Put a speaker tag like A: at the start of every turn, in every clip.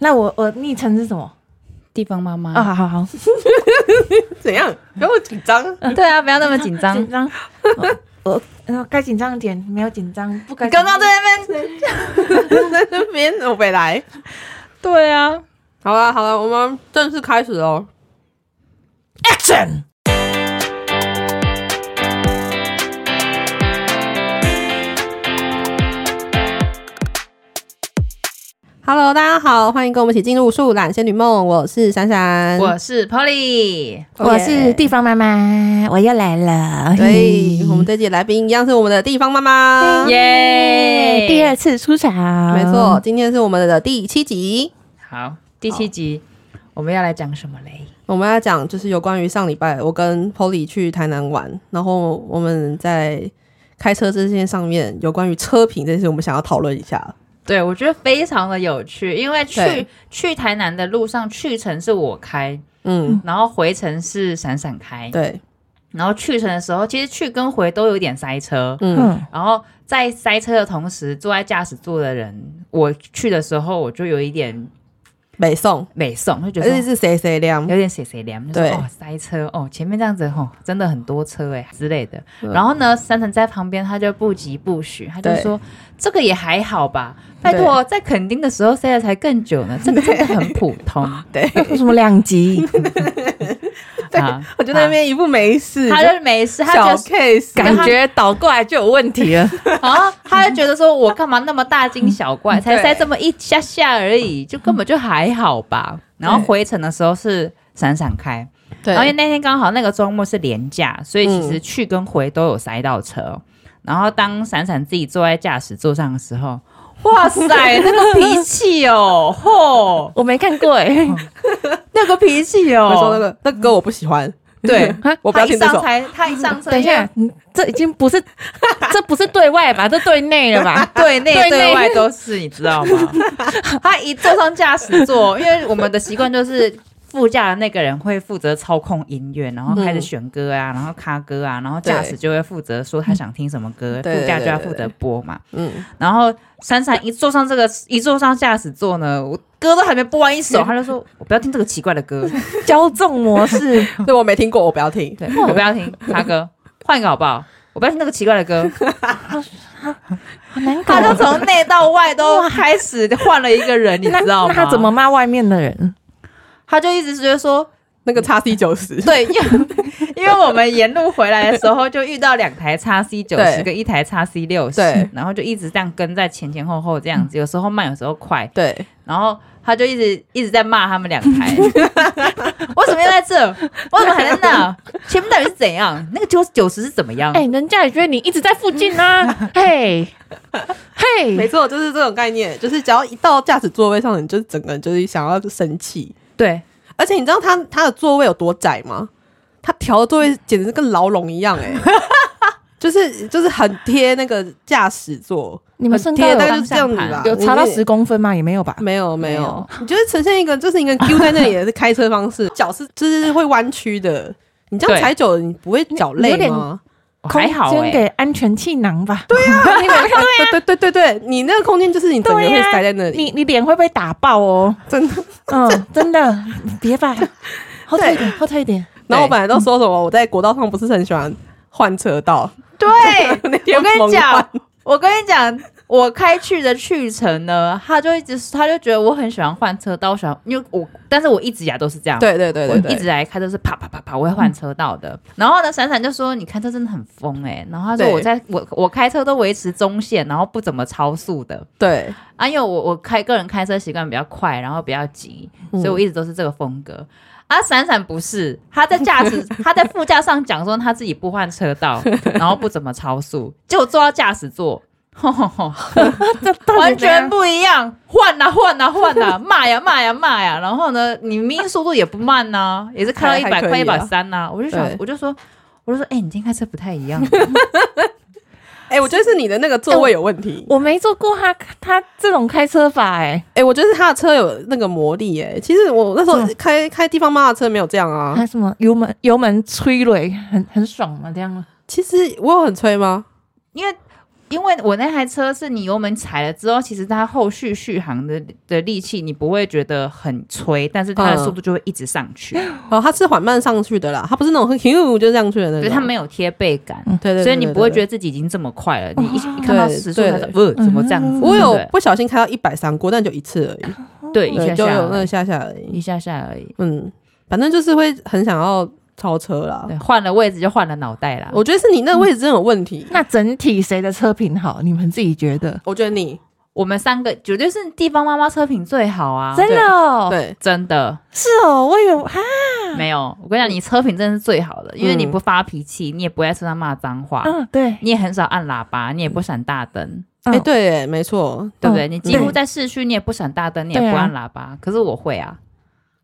A: 那我我昵称是什么？
B: 地方妈
A: 哦，
B: 妈，
A: 好好 好，嗯
C: 怎样？那么紧张？
D: 嗯
B: 对啊，不要那么紧张
A: 紧。张。 哦我我然后该紧张一点，没有紧张，不该紧
B: 刚
A: 张。
B: 刚在那 边，
C: 在那边我没来。
B: 对啊，
C: 好了好了，我们正式开始哦。
A: Action！
C: Hello，大家好，欢迎跟我们一起进入《树懒仙女梦》，我是闪闪，
B: 我是 Polly，
A: 我是地方妈妈，我又来了。
C: 对，我们这季的来宾一样是我们的地方妈妈，
B: 耶
A: 嘿第二次出场，
C: 没错，，今天是我们的第七集，
B: 好，第七集我们要来讲什么嘞？
C: 我们要讲就是有关于上礼拜我跟 Polly 去台南玩，然后我们在开车这件上面有关于车评这件事，我们想要讨论一下。
B: 对，我觉得非常的有趣，因为去
C: 对
B: 去台南的路上，去程是我开，
C: 嗯，
B: 然后回程是闪闪开。
C: 对，
B: 然后去程的时候，其实去跟回都有点塞车，
C: 嗯，
A: 嗯，
B: 然后在塞车的同时，坐在驾驶座的人，我去的时候我就有一点
C: 北宋，
B: 美送，就觉
C: 而
B: 得
C: 且
B: 说
C: 是谁谁亮，
B: 有点谁谁凉，就是
C: 嗯对
B: 哦塞车哦，前面这样子哦，真的很多车哎、之类的。然后呢，三层在旁边他就不急不徐，他就
C: 对
B: 说这个也还好吧，拜托，在垦丁的时候塞的才更久呢，这个真的很普 通
C: 对，
A: 为什么两集？
B: 啊。
C: 我就在那边一副没事，
B: 他就没事，他
C: 小
B: 就
C: case，
A: 感觉倒过来就有问题 了。
B: 啊，他就觉得说我干嘛那么大惊小怪，才
C: 嗯对
B: 塞这么一下下而已，就根本就还好吧。然后回程的时候是闪闪开，
C: 对
B: 然后因为那天刚好那个周末是连假，所以其实
C: 嗯
B: 去跟回都有塞到车。然后当闪闪自己坐在驾驶座上的时候，哇塞，那个脾气哦，吼，
A: 我没看过哎，
B: 那个脾气哦，
C: 我说那个那个歌我不喜欢，，
B: 对
C: 我不要
B: 他一
C: 听这
B: 上
C: 首
B: 才他一上车，
A: 等一下，嗯这已经不是这不是对外吧？这对内了吧？
B: 啊对内
A: 对内
B: 对 外都是，你知道吗？ 他一坐上驾驶座，因为我们的习惯就是。副驾的那个人会负责操控音乐，然后开始选歌啊，然后卡歌啊，然后驾驶就会负责说他想听什么歌，
C: 对
B: 副驾就要
C: 对对
B: 负
C: 对
B: 责播嘛。
C: 嗯，
B: 然后闪闪一坐上这个，一坐上驾驶座呢，我歌都还没播完一首，他就说：“我不要听这个奇怪的歌，
A: 骄纵模 式，
C: 对我没听过，我不要听。
B: 对我不要听卡歌，换一个好不好？我不要听那个奇怪的 歌。”
A: 好难搞
B: 他。就从内到外都开始换了一个人，你
A: 那
B: 知道吗？
A: 那他怎么？骂外面的人？
B: 他就一直觉得 说，
C: 那个叉 C 九十，
B: 对，因为因为我们沿路回来的时候就遇到两台叉 C 九十
C: 对
B: 跟一台叉 C 六十
C: 对，嗯
B: 然后就一直这样跟在前前后后这样子，有时候慢，有时候快，
C: 对，
B: 然后他就一直一直在骂他们两 台，为什么要在这？为什么还在那？前面到底是怎样？那个九九十是怎么样？
A: 哎，人家也觉得你一直在附近啊，嘿，
C: 没
A: 嘿，
C: 错，就是这种概念，就是只要一到驾驶座位上，你就整个人就是想要生气。
B: 对，
C: 而且你知道他他的座位有多窄吗？他调的座位简直是跟牢笼一样哎、就是就是很贴那个驾驶座，
A: 你们身
C: 很
A: 高
C: 贴，
A: 有
C: 大概
A: 当
C: 就是这样子
B: 上
C: 吧
B: 盘。
A: 有差到
C: 你
A: 十公分吗？也没有吧？
C: 没有
B: 没
C: 没有
B: 有，
C: 你就是呈现一个就是一个 Q 在那里的开车方式，脚是就是会弯曲的。你这样
B: 对
C: 踩久了，你不会脚累
A: 有点
C: 吗？
B: 还好
A: 空间
B: 哎、
A: 给安全气囊吧。欸对
C: 对对对对，你那个空间就是你整个会塞在那里，
A: 你你脸会被打爆哦，
C: 真的。
A: 嗯，真的，别 吧，后退一点，后退一点。
C: 然后我本来都说什么，我在国道上不是很喜欢换车道，
B: 对，
C: 那天
B: 我跟
C: 疯
B: 你讲
C: 换，
B: 我跟你讲，我开去的去程呢，他就一直他就觉得我很喜欢换车道，我喜欢因为我，但是我一直以来都是这样。。
C: 对对对对
B: 我一
C: 对，
B: 直来开都是啪啪啪啪，我会换车道的。然后呢，闪闪就说：“你开车真的很疯哎、然后他说：“
C: 对
B: 我在我我开车都维持中线，然后不怎么超速的
C: 对
B: 啊，因为我我开个人开车习惯比较快，然后比较急，所
C: 嗯
B: 以我一直都是这个风格。啊，闪闪不是，他在驾 驶，他在副驾上讲说他自己不换车道，然后不怎么超速，结果坐到驾驶座，吼吼吼，
A: 这到底
B: 完
A: 怎样
B: 全不一样，换呐换呐换呐，骂呀骂呀骂呀，然后呢，你明明速度也不慢呐、也是开到一
C: 还还
B: 百
C: 可以啊
B: 快一百三呐，我就想
C: 对
B: 我就说。我就说，哎、你今天开车不太一样，
C: 哎，我觉得是你的那个座位有问
B: 哎
C: 题。
A: 我没做过他他这种开车法哎、
C: 哎，我觉得是他的车有那个魔力。哎，其实我那时
A: 嗯
B: 啊
C: 候开开地方妈的车没有这样啊。
B: 嗯
A: 他什么油门油门催泪，很很爽嘛，这样吗？啊
C: 其实我有很吹吗？
B: 因为因因为我那台车是你油门踩了之后，其实它后续续航的的力气你不会觉得很催，但是它的速度就会一直上 去，
C: 哦，它是缓慢上去的啦，它不是那种很 咻就上去的那
B: 所以
C: 种。
B: 它没有贴背感。
C: 对嗯对对，
B: 所以你不会觉
C: 得。
B: 得自己已经这么快了，你一一看到
C: 对
B: 时速才
C: 对
B: 说，呃，怎么这样子？
C: 我有
B: 对
C: 不小心开到一百三过，但就一次而已，
B: 对一
C: 对，
B: 下
C: 就
B: 下
C: 有那
B: 而已
C: 下下而已。
B: 一下下而已，
C: 嗯，反正就是会很想要超车啦。
B: 对，啊换了位置就换了脑袋啦。
C: 我觉得是你那个位置真的有问题。
D: 那整体谁的车评好？你们自己觉得？
C: 我觉得你
B: 我们三个绝对是地方妈妈车品最好啊，
D: 真的哦，
C: 对，
B: 真的
D: 是哦，我以为哈
B: 没有。我跟你讲，你车品真的是最好的，因为你
C: 嗯
B: 不发脾气，你也不会在车上骂脏话，
D: 嗯，对，
B: 你也很少按喇叭，你也不闪大灯，
D: 嗯
C: 哎，对耶，没错，
B: 对不对？
D: 嗯
B: 你几乎
D: 对啊
B: 在市区，你也不闪大灯，你也不按喇叭。可是我会啊，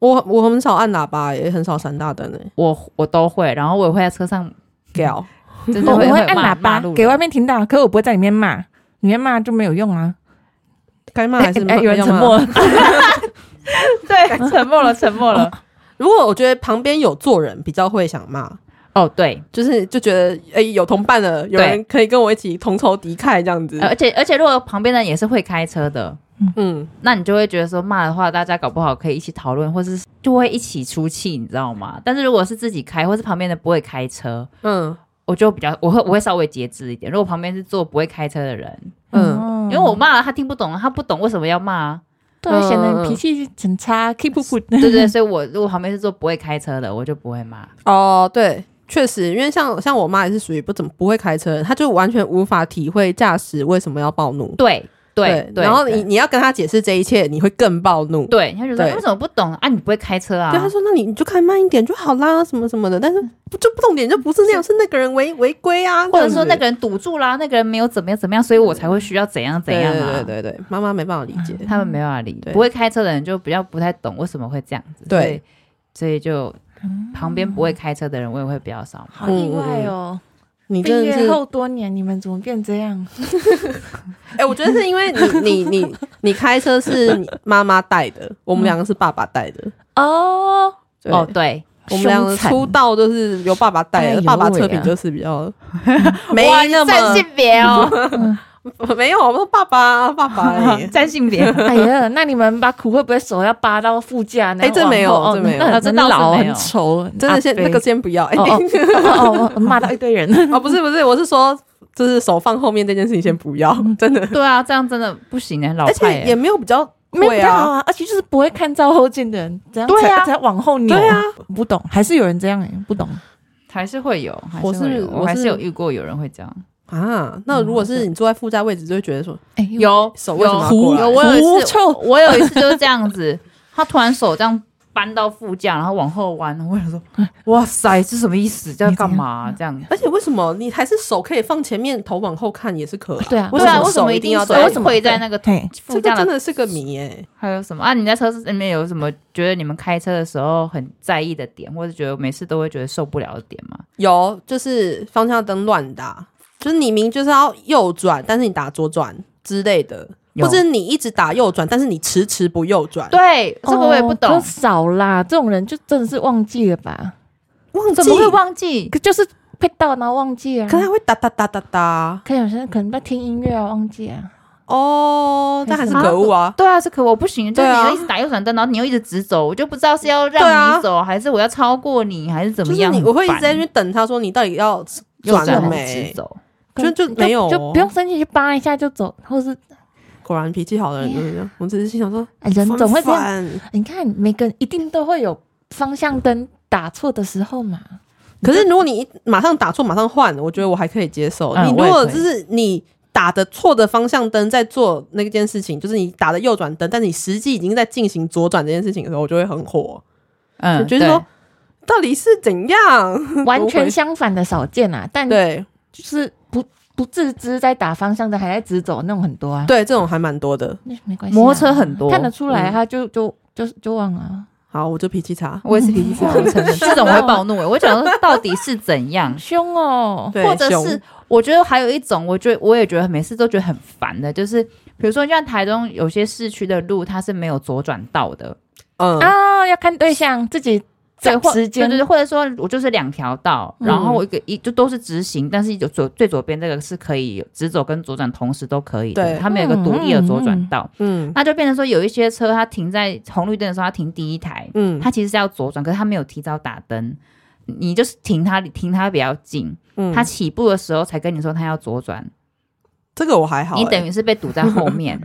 C: 我我很少按喇叭，也很少闪大灯
D: 嗯
C: 诶，
B: 我我都会，然后我也会在 车上，
C: 屌，
B: 就是
D: 哦我我会
B: 会
D: 按
B: 骂
D: 喇叭
B: 骂路人
D: 给外面听到，可我不会在里面骂，里面骂就没有用啊。
C: 该骂 还是
D: 哎哎
C: 骂
D: 哎有人
C: 要
D: 沉
C: 骂
D: 默了，
B: 对， 沉默了，沉默了。
C: 如果我觉得旁边有坐人，比较会想骂，
B: 哦，对，
C: 就是就觉得哎、有同伴了，有人可以跟我一起同仇敌忾这样子。
B: 呃而且而且，如果旁边的人也是会开车的，
C: 嗯，
B: 那你就会觉得说骂的话，大家搞不好可以一起讨论，或是就会一起出气，你知道吗？但是如果是自己开，或是旁边的不会开车，
C: 嗯
B: 我就比较我会我会稍微节制一点。如果旁边是坐不会开车的人，
C: 嗯，
D: 嗯
B: 因为我骂了他听不懂，他不懂为什么要骂啊，
D: 对
A: 呃
D: 啊显得你脾气很差，keep 不不，
B: 对不对？所以我如果旁边是坐不会开车的，我就不会骂。
C: 哦，对，确实，因为像像我妈也是属于不怎么不会开车的，她就完全无法体会驾驶为什么要暴怒。
B: 对对对，
C: 然后
B: 对
C: 你你要跟她解释这一切，你会更暴怒。
B: 对，他就说
C: 对
B: 为什么不懂啊？你不会开车啊
C: 对，？她说：“那你你就开慢一点就好啦，什么什么的。”但是不就重点就不是那样，是那个人违违规啊，
B: 或者说
C: 这
B: 那
C: 样子
B: 个人堵住啦，那个人没有怎么样怎么样，所以我才会需要怎样怎样啊？
C: 对对对对，妈妈没办法理解。
B: 他们没办法理，
C: 对
B: 不会开车的人就比较不太懂为什么会这样子，
C: 对
B: 所以，所以就
C: 嗯
B: 旁边不会开车的人，我也会比较少。
D: 好意外哦。
C: 你
D: 毕
C: 真的是
D: 业后多年，你们怎么变这样？
C: 哎、我觉得是因为你你你你开车是你妈妈带的，我们两个是爸爸带的。
D: 哦，
C: 对
B: 哦，对，
C: 我们两个出道就是由爸爸带
D: 哎呦
C: 的，爸爸车
D: 喂
C: 品
D: 啊
C: 就是比较没哎那
B: 占
C: 么
B: 性别 哦，
C: 没有，我说爸爸爸爸而已
B: 占性别，
D: 哎呀，那你们把苦会不会手要扒到副驾呢？
C: 哎这没有
D: 往后
C: 这没有
D: 哦那
B: 这倒是
D: 老
B: 没有
D: 很丑，
C: 真的先
D: 阿伯
C: 那个先不要，哎、
D: 哦啊 哦哦哦，骂到一堆人，
C: 哦不是不是，我是说就是手放后面这件事情先不要，真的，
B: 对啊，这样真的不行哎，老
C: 而
B: 派
C: 且也
B: 哎，
C: 没有比较
D: 没有
C: 贵
D: 比较好
C: 啊，
D: 啊，而且就是不会看照后镜的人，怎样
B: 对啊
D: 才才往后扭？
C: 对啊，
D: 不懂，还是有人这样哎，不懂。
B: 还是会有，还
C: 我
B: 是会
C: 是
B: 有
C: 我
B: 我还
C: 是
B: 是有遇过有人会这样，
C: 啊，那如果
B: 嗯
C: 是你坐在副驾位置，就会觉得说，
D: 哎，
B: 有
C: 手为什么要过来
B: 有我有一
D: 狐
B: 次，
D: 臭
B: 我有一次就是这样子，他突然手这样搬到副驾，然后往后弯，我想说，哇塞，这什么意思？这要干嘛？这样
C: 而且为什么你还是手可以放前面，头往后看也是可以、
D: 对啊
C: 为
B: 对
C: 什
B: 啊，
C: 么
B: 为什么
C: 手一
B: 一
C: 定
B: 定
C: 要
B: 手
C: 在
B: 要跪在那个
D: 对，
B: 副
C: 这
B: 驾
C: 个真
B: 的？
C: 的是个谜哎、
B: 还有什么啊？你在车里面有什么觉得你们开车的时候很在意的点，或者觉得每次都会觉得受不了的点吗？
C: 有，就是方向灯乱打，就是你明明就是要右转，但是你打左转之类的，
B: 有
C: 或者你一直打右转，但是你迟迟不右转，，
B: 对，这个我也不懂，
D: 哦可少啦，这种人就真的是忘记了吧？
C: 忘记
B: 怎么会？忘记？
D: 可就是配到然后忘记啊。
C: 可是他会哒哒哒哒哒，
D: 可能有些人可能在听音乐啊，忘记啊。
C: 哦，
B: 哎
C: 但还是可恶啊！
B: 对啊，这可我不行，就是
C: 对
B: 你
C: 啊
B: 要一直打右转灯，然后你又一直直走，我就不知道是要
C: 对啊
B: 让你走，还是我要超过你，还是怎
C: 就
B: 么
C: 是
B: 样？
C: 你，我会一直
B: 很
C: 在
B: 烦
C: 那边等他说你到底要
B: 右
C: 转了
B: 转还是
C: 没
B: 直？走？
C: 就就没有哦
D: 就不用生气去扒一下就走，或是
C: 果然脾气好的
B: 哎
C: 人就是这样。我只是心想说，
D: 哎人总会这样。
C: 烦不烦
D: 哎你看，每个人一定都会有方向灯打错的时候嘛。
C: 可是如果你一马上打错，马上换，我觉得我还可以接受。
B: 嗯
C: 你
B: 我
C: 如
B: 也
C: 果
B: 可以
C: 就是你打的错的方向灯在做那件事情，就是你打的右转灯，但你实际已经在进行左转这件事情的时候，我就会很火，
B: 嗯，
C: 我觉得说到底是怎样？
D: 完全相反的少见啊，
B: 嗯
D: 但
C: 对
D: 就是不不自知在打方向灯，还在直走那种很多啊。
C: 对，这种还蛮多的。
D: 那没关系啊，
B: 对摩托车很多，
D: 看得出来，
C: 嗯
D: 他就就就就忘了啊。，
C: 好，我就脾气差。
B: 我也是脾气 差，我承认这种我会暴怒。欸我想说到底是怎样
D: 凶哦，
C: 对，
B: 或者
C: 凶
B: 是我觉得还有一种，我觉得我也觉得每次都觉得很烦的，就是比如说像台中有些市区的路，它是没有左转道的，
C: 嗯，
D: 啊啊、要看对象，自己
B: 对，
D: 在
B: 或
D: 之间
B: 对对对，或者说我就是两条道，然
C: 嗯
B: 后我一个一就都是直行，但是有左最左边这个是可以直走跟左转同时都可以的，
C: 对
B: 他们有一个独立的左转道，
C: 嗯
B: 那就变成说有一些车它停在红绿灯的时候，它停第一台，
C: 嗯
B: 它其实是要左转，可是它没有提早打灯，你就是停它停它比较近，
C: 嗯
B: 它起步的时候才跟你说它要左转，
C: 这个我还好欸，。
B: 你等于是被堵在后面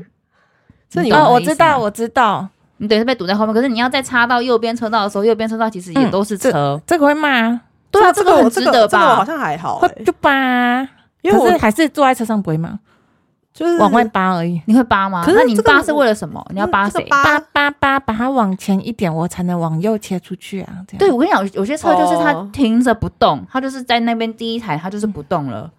C: 这你
B: 懂
C: 们
D: 哦，我
B: 的意思
D: 知道，
B: 吗
D: 我知道，
B: 你等于是被堵在后面，可是你要再插到右边车道的时候，右边车道其实也
D: 嗯
B: 都是
D: 这
B: 车，
D: 这个会骂啊，
B: 对啊，
C: 这
B: 个
C: 我
B: 很值得
C: 这个我好
B: 吧？
C: 像还好
D: 会
C: 欸，
D: 就扒啊，
C: 因为
D: 可是
C: 我
D: 还是坐在车上不会骂，
C: 就是
D: 往外扒而已。
B: 你会扒吗？
C: 可是
B: 那你
C: 这个
B: 扒
C: 我
B: 是为了什么？你要扒
C: 嗯这
B: 谁
C: 个？扒
D: 扒扒扒，把它往前一点，我才能往右切出去啊。这样
B: 对，，我跟你讲，有有些车就是它
C: 哦
B: 停着不动，它就是在那边第一台，它就是不动了。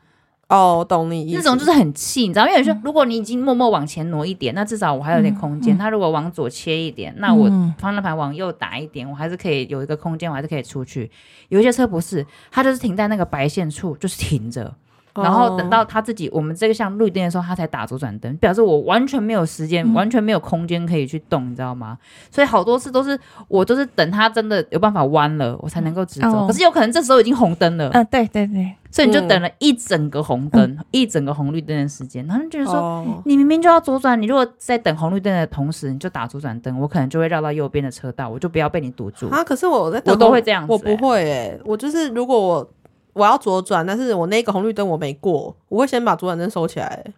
C: 哦，我懂你意思
B: 那种就是很气，你知道，因为有
C: 嗯
B: 些如果你已经默默往前挪一点，那至少我还有点空间。
D: 嗯嗯
B: 它如果往左切一点，那我
D: 嗯
B: 方向盘往右打一点，我还是可以有一个空间，我还是可以出去。有一些车不是，它就是停在那个白线处，就是停着。然后等到
C: 哦
B: 他自己，我们这个像绿灯的时候，他才打左转灯，表示我完全没有时间，
D: 嗯
B: 完全没有空间可以去动，你知道吗？所以好多次都是我都是等他真的有办法弯了，我才能够直走。
D: 哦
B: 可是有可能这时候已经红灯了，
D: 嗯，对对对，
B: 所以你就
C: 嗯
B: 等了一整个红灯、一整个红绿灯的时间，然后你就觉得说。
C: 说
B: 你明明就要左转，你如果在等红绿灯的同时，你就打左转灯，我可能就会绕到右边的车道，我就不要被你堵住。
C: 啊，可是我在
B: 我
C: 等
B: 都
C: 红
B: 会这样子
C: 我不
B: 欸
C: 会诶，我就是如果我我要左转，但是我那个红绿灯我没过，我会先把左转灯收起来欸。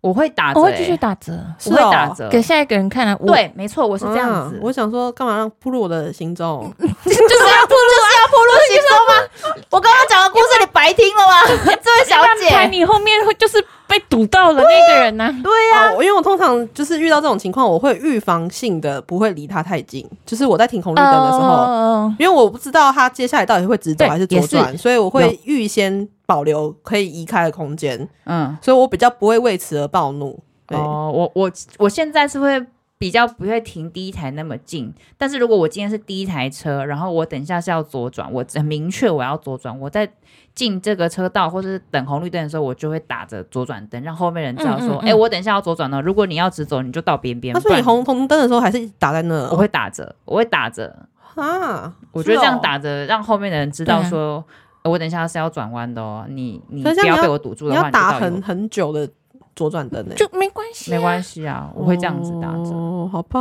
B: 我会打折、
D: 我
B: 欸，
D: 会继续打折
B: 我会
C: 是哦
B: 打折。
D: 给下一个人看啊。我，
B: 对，没错，我是这样子。嗯
C: 啊我想说，干嘛让步入我的行踪？
B: 就是要铺路，就是要铺路行踪吗？我刚刚讲的故事你白听了吗， 这位小
D: 不然
B: 姐？
D: 你后面会就是被堵到了那个人啊 呢、
B: 对呀、
C: 哦，因为我通常就是遇到这种情况，我会预防性的不会离他太近，就是我在停红绿灯的时候，
D: 哦
C: 因为我不知道他接下来到底会直走
B: 对
C: 还是左
B: 也
C: 转，
B: 是
C: 所以我会预先保留可以移开的空间，
B: 嗯，
C: 所以我比较不会为此而暴怒。对，
B: 哦，我我我现在是会比较不会停第一台那么近，但是如果我今天是第一台车，然后我等一下是要左转，我很明确我要左转，我在进这个车道或者是等红绿灯的时候，我就会打着左转灯，让后面人知道说，
D: 嗯嗯
B: 哎、
D: 嗯
B: 我等一下要左转了，如果你要直走，啊你就到边边。
C: 那所以
B: 不
C: 你
B: 然
C: 红红灯的时候还是一直打在那
B: 我会打折，我会打折，
C: 啊？
B: 我觉得这
C: 是
B: 样
C: 哦
B: 打着，让后面的人知道
D: 对啊
B: 说，呃我等一下是要转弯的哦，你你
C: 可是这
B: 不
C: 样
B: 要
C: 你要
B: 被我堵住
C: 你
B: 的话，
C: 要
B: 你就
C: 打
B: 到
C: 很
B: 右
C: 很久的左转灯呢，
D: 就没关系、
B: 没关。系啊，我会这样子打着。
C: 哦，好吧。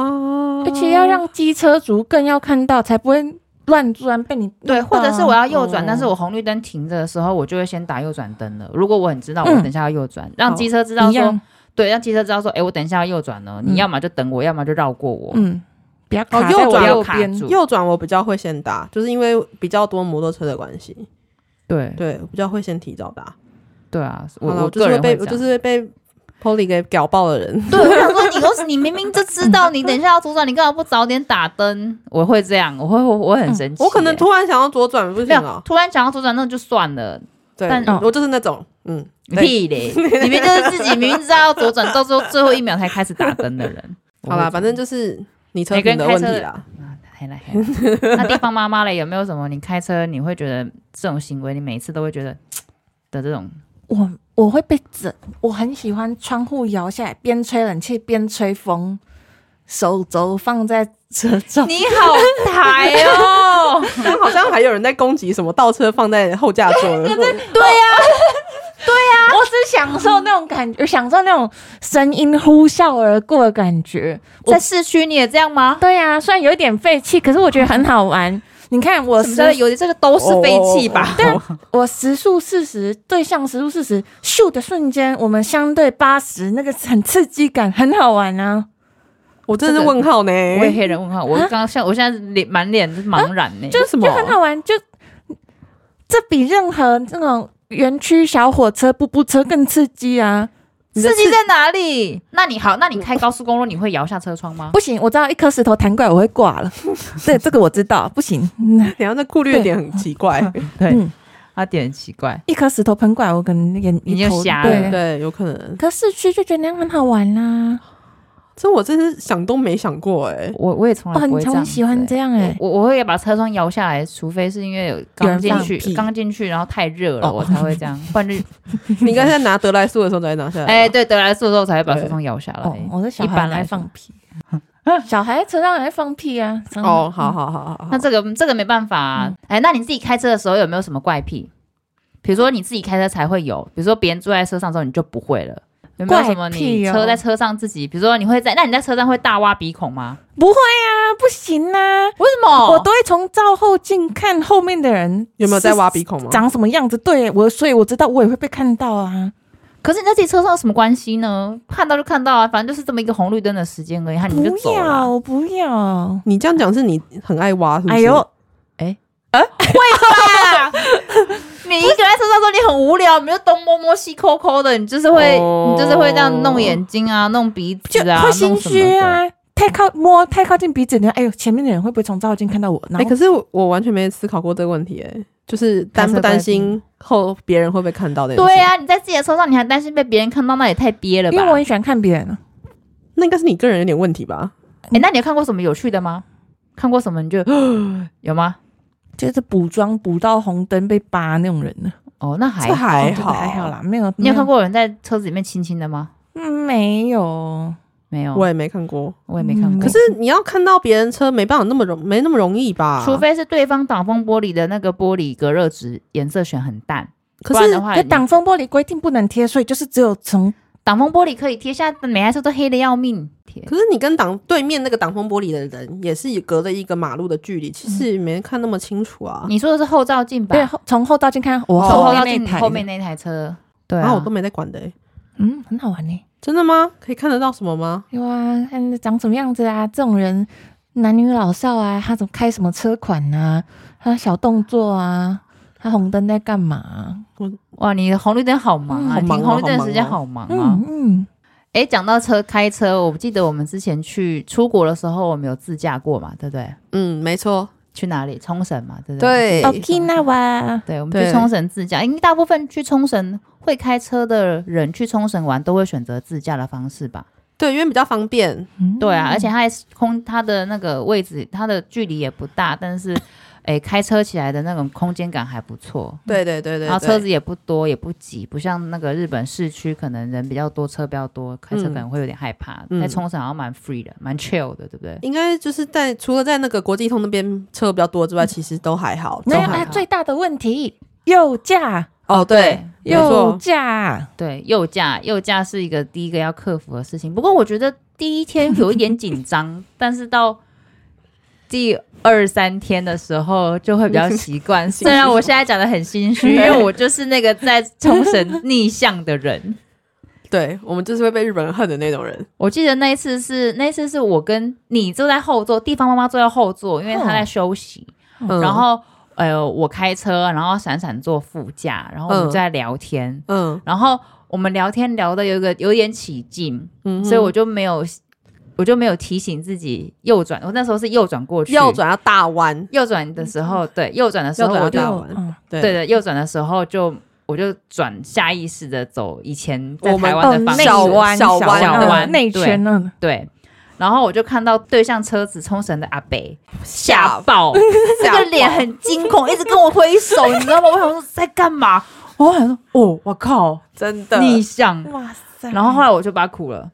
D: 而且要让机车族更要看到，才不会乱钻被你
B: 对，或者是我
D: 要
B: 要右转，
C: 哦
B: 但是我红绿灯停着的时候，我就会先打右转灯了。如果我很知道我
D: 嗯
B: 等一下要右转，让
C: 哦
B: 机车知道
D: 一
B: 说
D: 样，，
B: 对，让机车知道说，哎，我等一下要右转了，
D: 嗯
B: 你要么就等我，要么就绕过我。
D: 嗯，不要卡
C: 哦右
D: 在我
C: 转
D: 右
B: 卡
D: 边，
B: 住
C: 右转我比较会先打，就是因为比较多摩托车的关系，
B: 对
C: 对，我比较会先提早打。
B: 对啊，我
C: 好了，
B: 我
C: 我就是
B: 个
C: 会
B: 人
C: 被
B: 会
C: 我就
B: 这 样。
C: 是会被 Polly 给屌爆的人。
B: 对，我想说你都是你明明就知道你等一下要左转，你干嘛不早点打灯？我会这样，我会我我很生
C: 嗯
B: 气耶。
C: 我可能突然想要左转，不
B: 没
C: 行
B: 有
C: 哦。
B: 突然想要左转，那就算了。
C: 对
B: 但，哦
C: 我就是那种，嗯，
B: 你 屁嘞！你明明就是自己明明知道要左转，到最后最后一秒才开始打灯的人。
C: 好啦，反正就是你车
B: 每
C: 评
B: 个
C: 的
B: 人开
C: 问
B: 车
C: 题
B: 的
C: 啦。
B: 还来还来。 那地方妈妈嘞，有没有什么你开车你会觉得这种行为，你每次都会觉得的这种？
D: 我我会被整。我很喜欢窗户摇下来，边吹冷气边吹风，手肘放在车上。
B: 你好台哦！
C: 但好像还有人在攻击什么倒车放在后驾座 的，
D: 对呀、 对呀、我只享受那种感觉，享受那种声音呼啸而过的感觉。我
B: 在市区你也这样吗？
D: 对呀、虽然有一点废气，可是我觉得很好玩。你看我时
B: 什么有的这个都是废
C: 哦
B: 气吧？
D: 但我时速四十对向时速四十，咻的瞬间，我们相对八十，那个很刺激感，很好玩啊！
C: 我真的是问号呢。
B: 我也黑人问号，我刚像我现在脸满脸是茫然 呢。
C: 这是什么
D: 就？很好玩，就这比任何那种园区小火车、步步车更刺激啊！
C: 你的
B: 刺激在哪里？那你好，那你开高速公路你会摇下车窗吗？
D: 不行，我知道一颗石头弹过来我会挂 了，对，这个我知道，不行，嗯
C: 你要那顾虑的点很奇怪，
B: 对
D: 嗯，
B: 他啊点很奇怪。
D: 一颗石头喷过来，我可能眼
B: 你就
D: 头
B: 瞎了
D: 对。
C: 对，有可能。
D: 可市区就觉得那样很好玩啦、
C: 这我真是想都没想过哎。
B: 我我也从
D: 哇，
B: 来不
D: 你
B: 会这
D: 从
B: 样。欸
D: 喜欢这样哎、
B: 我我会把车窗摇下来，除非是因为有
D: 有
B: 刚
D: 人
B: 进
D: 放
B: 去
C: 屁
B: 刚进去，然后太热了，
C: 哦
B: 我才会这样，不然就
C: 你应该在拿德
B: 哎
C: 莱速的时候才拿下来。
B: 哎，对，得来速之后才会把车窗摇下来
D: 啊哦。，我的小
B: 一
D: 孩
B: 般
D: 来
B: 来
D: 放屁，小孩车上也会放屁啊。真的
C: 哦，好好好好好
B: 那，这个这个没办法、
D: 嗯
B: 啊。哎、那你自己开车的时候有没有什么怪癖？比如说你自己开车才会有，比如说别人坐在车上之后你就不会了。有没有什么
D: 怪癖
B: 你
D: 哦
B: 车在车上自己，比如说你会在，那你在车上会大挖鼻孔吗？
D: 不会啊，不行啊，
B: 为什么？
D: 我都会从照后镜看后面的人
C: 有没有在
D: 是
C: 挖鼻孔啊吗？
D: 长什么样子。对我，所以我知道我也会被看到啊。
B: 可是你在自己车上有什么关系呢？看到就看到啊，反正就是这么一个红绿灯的时间而已，
C: 嗯
B: 看你就
D: 不
B: 走了
D: 要，
B: 啊。
D: 我不要。
C: 你这样讲是你很爱挖，是不是？
D: 哎呦，
B: 你一个人在车上说你很无聊，你就东摸摸西抠抠的，你就是会，
C: 哦
B: 你就是会这样弄眼睛啊，弄鼻
D: 就
B: 子啊，
D: 会心
B: 弄什么
D: 虚
B: 的。
D: 啊，太靠摸太靠近鼻子，你看，哎呦，前面的人会不会从照后镜看到我？然
C: 哎、
D: 后
C: 可是我我完全没思考过这个问题、哎，就是担不
B: 开车
C: 担
B: 怪癖
C: 心后别人会被看到的？
B: 对，啊，你在自己的车上，你还担心被别人看到，那也太憋了吧？
D: 因为我很喜欢看别人啊，
C: 那应该是你个人有点问题吧？
B: 哎、那你有看过什么有趣的吗？看过什么 你就 有吗？
D: 就是补妆补到红灯被扒那种人呢。
B: 哦，那
C: 这还
B: 还
D: 哦真的
C: 好，
D: 还好。啦，没有。
B: 你有看
D: 过？
B: 过有人在车子里面亲亲的吗？
D: 没有，
B: 没有，
C: 我
B: 我
C: 也没看过，
B: 也没看过。
D: 嗯
C: 可是你要看到别人车，没办法那么容，没那么容易嗯吧？
B: 除非是对方挡风玻璃的那个玻璃隔热纸颜色选很淡，不
C: 可
B: 然的
C: 是
B: 话
D: 可
B: 你，
D: 挡风玻璃规定不能贴，所以就是只有从
B: 挡风玻璃可以贴下，每台车都黑的要命。贴
C: 可是你跟挡对面那个挡风玻璃的人也是隔着一个马路的距离，其实也没看那么清楚啊。
B: 你说的是后照镜吧？
D: 对后从哦后照镜看我
B: 从啊后
D: 面
B: 照
D: 那一
B: 镜
D: 台
B: 后面那台车。对
C: 然
B: 啊，
C: 后我都没在管的、哎
D: 嗯，很好玩呢。
C: 真的吗？可以看得到什么吗？
D: 有啊，看长什么样子啊，这种人男女老少啊，他怎么开什么车款啊，他小动作啊，他红灯在干嘛啊？
B: 哇，你红绿灯好忙啊！
C: 嗯好忙哦
B: 你红绿灯的时间好忙啊！
D: 嗯嗯，
B: 诶，讲到车开车，我记得我们之前去出国的时候，我们有自驾过嘛，对不对？
C: 嗯，没错，
B: 去哪里？冲绳嘛，对不
C: 嗯
B: 对？
C: 对
D: 哦，k i n a w a
B: 对，我们
C: 对
B: 去冲绳自驾，因为大部分去冲绳会开车的人去冲绳玩都会选择自驾的方式吧？
C: 对，因为比较方便。
D: 嗯
B: 对啊，而且它的空它的那个位置，它的距离也不大，但是诶，开车起来的那种空间感还不错。
C: 对对对对
B: 然后车
C: 对
B: 子也不多，也不挤，不像那个日本市区，可能人比较多，车比较多，开车可能会有点害怕。
C: 嗯
B: 在冲绳好像蛮 free 的，蛮 chill 的，对不对？
C: 应该就是在除了在那个国际通那边车比较多之
B: 嗯
C: 外，其实都还好。
D: 没有
C: 都还
D: 啊，
B: 哎
C: 好
D: 最大的问题右驾，
C: 哦，对，没
D: 右
C: 错，
D: 驾，
B: 对，右驾，右驾是一个第一个要克服的事情。不过我觉得第一天有一点紧张，但是到第二三天的时候就会比较 习惯。虽然我现在讲的很心虚，因为我就是那个在冲绳逆向的人。
C: 对我们就是会被日本人恨的那种人。
B: 我记得那一次是那一次是我跟你坐在后座，地方妈妈坐在后座，因为
C: 哦
B: 她在休息。
C: 嗯
B: 然，后呃，我开车，然后闪闪坐副驾，然后我
C: 嗯
B: 们就在聊天。
C: 嗯
B: 然后我们聊天聊的有一个有点起劲，
C: 嗯哼，
B: 所以我就没有我就没有提醒自己右转。我那时候是右转过去，
C: 右转要大弯，
B: 右转的时候，对右转的时候
C: 右转要
B: 我就
C: 大
D: 右
C: 弯
D: 嗯，
C: 对
B: 对的右转的时候就我就转下意识的走以前在
C: 我们嗯
B: 台
D: 哦
B: 湾的，方
D: 内
B: 式，
C: 小
D: 弯，
C: 弯
D: 小
C: 小
B: 弯
D: 嗯
B: 弯
D: 内圈呢，
B: 对。然后我就看到对向车子冲绳的阿北吓
C: 吓
B: 爆，这
C: 吓
B: 个脸
C: 爆
B: 很惊恐，一直跟我挥手，你知道吗？我想说在 干嘛？我想说哦，我靠，
C: 真的，
B: 逆向。
D: 哇塞
B: 然后后来我就把他苦了。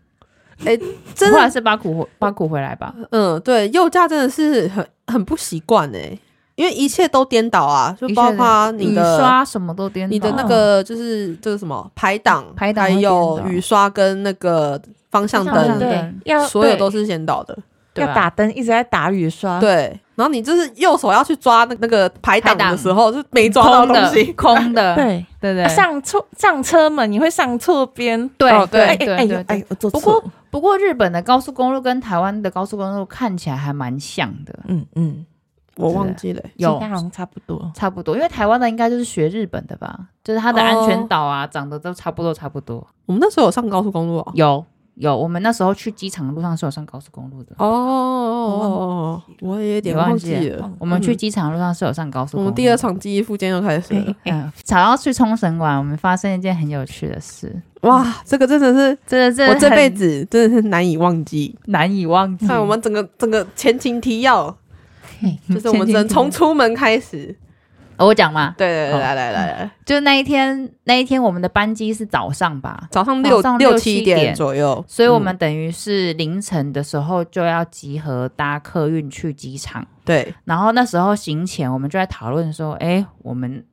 C: 哎，真
B: 后来
C: 的，
B: 是巴苦巴苦回来吧？
C: 嗯，对，右驾真的是很很不习惯哎，因为一切都颠倒啊，就
B: 的确
C: 包括你
B: 嗯雨
C: 的。
B: 刷什么都颠倒，嗯
C: 你的那个就是这个什么排档，
B: 排档
C: 还
B: 会颠
C: 有
B: 倒
C: 雨刷跟那个方向
B: 方向
C: 灯，
D: 对
B: 灯，
D: 要
C: 所有
D: 对
C: 都是先倒的。
B: 对啊
D: 要打灯，一直在打雨刷，
C: 对，然后你就是右手要去抓那那个排档
B: 排档
C: 的时候，就没抓到
B: 空
C: 东
B: 的
C: 西，
B: 空 的，
D: 对。
B: 对对
D: 啊上错上车门，你会上错边。
B: 对
C: 哦对
D: 哎
B: 对
D: 哎
B: 对
D: 呦哎
B: 对。
D: 呦，我做
B: 不
D: 错
B: 过不过日本的高速公路跟台湾的高速公路看起来还蛮像的，
D: 嗯嗯，
C: 我忘记了欸、
B: 有
D: 其他好像差不多。
B: 差不多，因为台湾的应该就是学日本的吧，就是它的安全岛啊，长得都差不多差不多。
C: 我们那时候有上高速公路哦。
B: 有有，我们那时候去机场的路上是有上高速公路的，
C: 哦哦哦，我也有点
B: 你忘
C: 忘
B: 记
C: 记了。
B: 我们去
C: 嗯
B: 机场的路上是有上高速
C: 我
B: 公路
C: 们
B: 的。
C: 第二场记忆复健又开始了。
B: 嗯，想要去冲绳玩，我们发生一件很有趣的事，
C: 哇，这个真的是
B: 真的真的
C: 我这
B: 很
C: 辈子真的是难以忘记。
B: 难以忘记。
C: 看哎我们整个整个前情提要，
D: 嘿
C: 就是我们
B: 前情提要
C: 从从出门开始，
B: 哦我讲嘛，
C: 对对对，
B: 好
C: 来来来来，
B: 就那一天，那一天我们的班机是早上吧，
C: 早上六
B: 早上
C: 六
B: 六
C: 七
B: 七
C: 点
B: 点
C: 左右，嗯
B: 所以我们等于是凌晨的时候就要集合搭客运去机场。
C: 对
B: 然后那时候行前，我们就在讨论说，哎，我们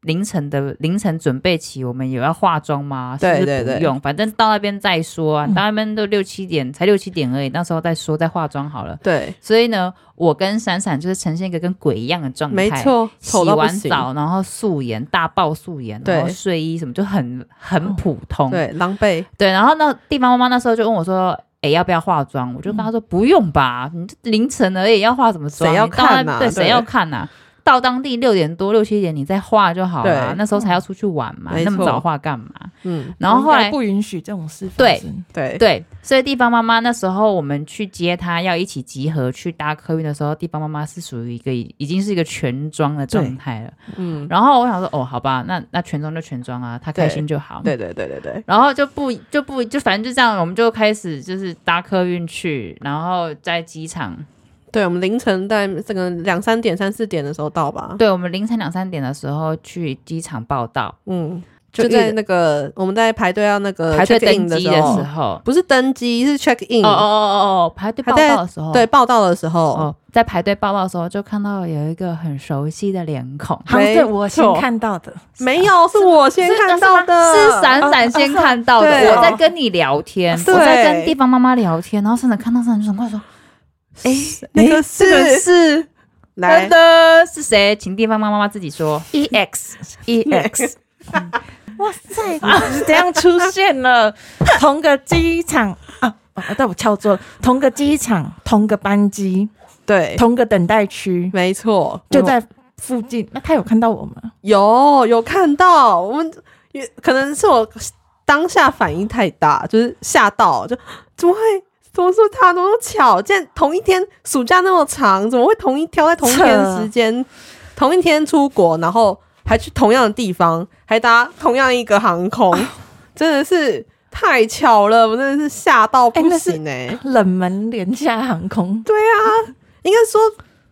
B: 凌晨的凌晨准备起，我们有要化妆吗？是不
C: 对
B: 是
C: 对对嗯
B: 不用，反正到那边再说啊。到那边都六七点，才六七点而已，那时候再说再化妆好了。
C: 对，
B: 所以呢，我跟闪闪就是呈现一个跟鬼一样的状态，
C: 没错，
B: 洗
C: 丑到不
B: 完
C: 行，
B: 澡，然后素颜，大爆素颜，
C: 对哦
B: 然后睡衣什么就很很普通。
C: 对，狼狈，
B: 对然后那地方妈妈那时候就问我说：“哎、要不要化妆？”我就跟她说：“不用吧，你这凌晨而已，要化什么
C: 嗯
B: 妆？
C: 谁要
B: 你到那
C: 看呐
B: 对，
C: 对
B: 谁要看呐、到当地六点多六七点你再化就好了、
C: 对嗯
B: 那时候才要出去玩嘛，
C: 没
B: 那么
C: 错
B: 早化干嘛？
C: 嗯，
B: 然后后
D: 应该
B: 来
D: 不允许这种事发
B: 对
D: 生。
C: 对
B: 对，所以地方妈妈那时候我们去接她，要一起集合去搭客运的时候，地方妈妈是属于一个已经是一个全妆的状态了。
C: 嗯，
B: 然后我想说，哦，好吧，那那全装就全装啊，他开心就好。
C: 对对对对对，
B: 然后就不就不就反正就这样，我们就开始就是搭客运去，然后在机场，
C: 对我们凌晨在这个两三点、三四点的时候到吧，
B: 对我们凌晨两三点的时候去机场报道，
C: 嗯，
B: 就
C: 就在
B: 遇
C: 那个我们在排队要那个
B: 排队
C: 呃 check
B: 登
C: in 的
B: 呃机
C: 时
B: 的时
C: 候，
B: 候，
C: 不是登机是 check in，
B: 哦哦哦哦，排队
C: 还
B: 报
C: 在
B: 道的时候，
C: 对，报道的时候，
B: 哦，在排队报道的时候就看到有一个很熟悉的脸孔，
D: 好，
C: 没
D: 对我先
C: 错
D: 看到的，
C: 没有是我先
D: 是
C: 看
D: 是
C: 到的，
B: 呃
C: 哦
B: 是闪闪先看到的，
C: 对
B: 我在跟你聊天，
C: 对
B: 我在跟地方妈妈聊天，然后闪闪看到闪闪就很快说，哎、
C: 那个
B: 这个
C: 是
B: 是
C: 来
B: 噔噔是谁？请地方妈妈自己说。E X E X，
D: 哇塞， 你是怎样出现了？ 同个机场啊，啊，但我敲桌了，同个机场，同个班机，
C: 对，
D: 同个等待区，
C: 没错，
D: 就在附近。那他有看到我吗？
C: 有有看到，我们也可能是我当下反应太大，就是吓到，就怎么会？怎么说他？怎么那么巧？竟然同一天，暑假那么长，怎么会同一挑在同一天
D: 扯
C: 时间，同一天出国，然后还去同样的地方，还搭同样一个航空，真的是太巧了！我真的是吓到不
D: 哎那是
C: 行哎、
D: 冷门廉价航空，
C: 对啊，应该说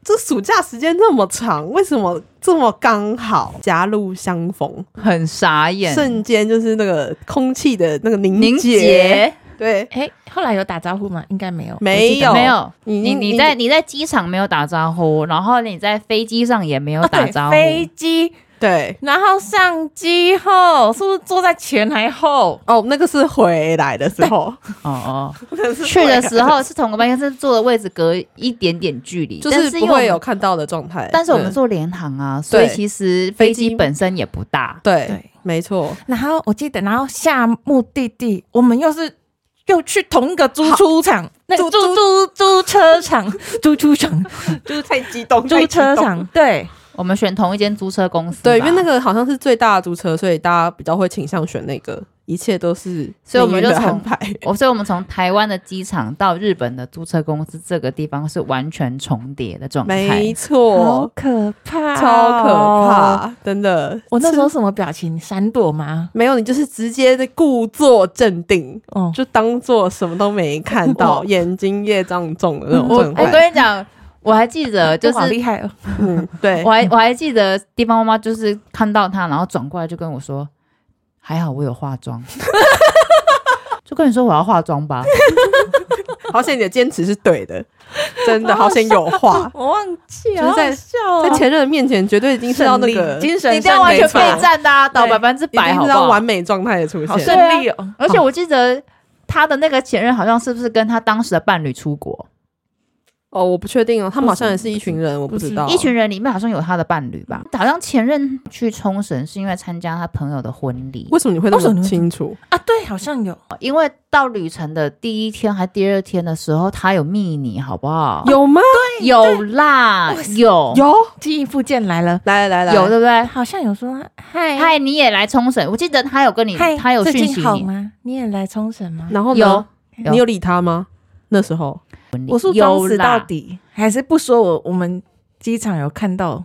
C: 这暑假时间那么长，为什么这么刚好狭路相逢？
B: 很傻眼，
C: 瞬间就是那个空气的那个凝
B: 凝结
C: 对，
D: 哎，后来有打招呼吗？应该没有，
C: 没
D: 我记得
C: 有
B: 没有？
C: 你
B: 你
C: 你
B: 你在你在机场没有打招呼，然后你在飞机上也没有
D: 哦，
B: 打
D: 对，
B: 招 呼，
D: 飞机，
C: 对
D: 然后上机后，是不是坐在前还后？
C: 哦，那个是回来的时候，
B: 哦
C: 那个是
B: 哦，
C: 回
B: 去
C: 来
B: 的时候是同个班，但是坐的位置隔一点点距离，
C: 就
B: 但
C: 是
B: 是
C: 不
B: 因为
C: 会
B: 我
C: 有
B: 们。
C: 看到的状态，
B: 但是我们
C: 嗯
B: 坐联航啊，所以
C: 对
B: 其实
C: 飞
B: 飞
C: 机
B: 机本身也不大，
C: 对
D: 对，
C: 没错，
D: 然后我记得，然后下目的地，我们又是又去同一个租出场，那个
C: 租
D: 租租租车场，租出场，
C: 就是太激动
D: 租车场，对，
B: 我们选同一间租车公司吧，
C: 对，因为那个好像是最大的租车，所以大家比较会倾向选那个，一切都是
B: 所以我
C: 命
B: 们
C: 运
B: 就
C: 的
B: 从
C: 安排，
B: 我所以我们从台湾的机场到日本的租车公司这个地方是完全重叠的状
C: 没
B: 态。
D: 好
C: 错，
D: 可怕，
C: 哦超可。怕，真的。
D: 我那时候
C: 是
D: 什么表情？闪躲吗？
C: 没有，你就是直接的故作镇定，
D: 哦，
C: 就当做什么都没看到，
D: 我
C: 眼睛业障重的那种
B: 我哎
C: 状
B: 我
C: 态。
B: 跟你讲，我还记得，
D: 就
B: 就
D: 是是好厉害哦！，
C: 嗯，对
B: 我，还我还记得地方妈妈就是看到他，然后转过来就跟我说：“还好我有化妆。” 就跟你说我要化妆吧，
C: 好险你的坚持是对的，真的好险有话
D: 我忘记
C: 就是
D: 了，
C: 在
D: 好 好笑哦
C: 在前任的面前绝对已经是要那个
D: 胜利精神
B: 你一定要
D: 胜
B: 完
D: 利
B: 全
D: 法
B: 备战的、啊，到
D: 对
B: 百分之
C: 一
B: 百，
C: 定
B: 好
C: 是
B: 不
C: 要
B: 好
C: 完？美状态的出
D: 好
C: 现。
D: 顺利哦。
B: 而且我记得他的那个前任好像是不是跟他当时的伴侣出国？
C: 哦，我不确定哦，他们好像也是一群人，我不知道
B: 一群人里面好像有他的伴侣吧？哦好像前任去冲绳是因为参加他朋友的婚礼，
C: 为什么你会那
D: 为什么
C: 么
D: 你会
C: 清楚？
D: 啊，对，好像有
B: 因为到旅程的第一天还第二天的时候，他有密你，好不好？
C: 有吗？
B: 有啦，有
C: 有，
D: 记忆附件来了，
C: 来来来，
B: 有对不对？
D: 好像有说嗨
B: 嗨，你也来冲绳？我记得他有跟你，
D: 嗨，
B: 他有
D: 最
B: 讯
D: 近
B: 息
D: 好
B: 你，
D: 吗？你也来冲绳吗？
C: 然后
B: 有
C: 呢？
B: 有
C: 你有理他吗？那时候
D: 我是装
B: 有
D: 死到
B: 啦，
D: 底，还是不说我我们机场有看到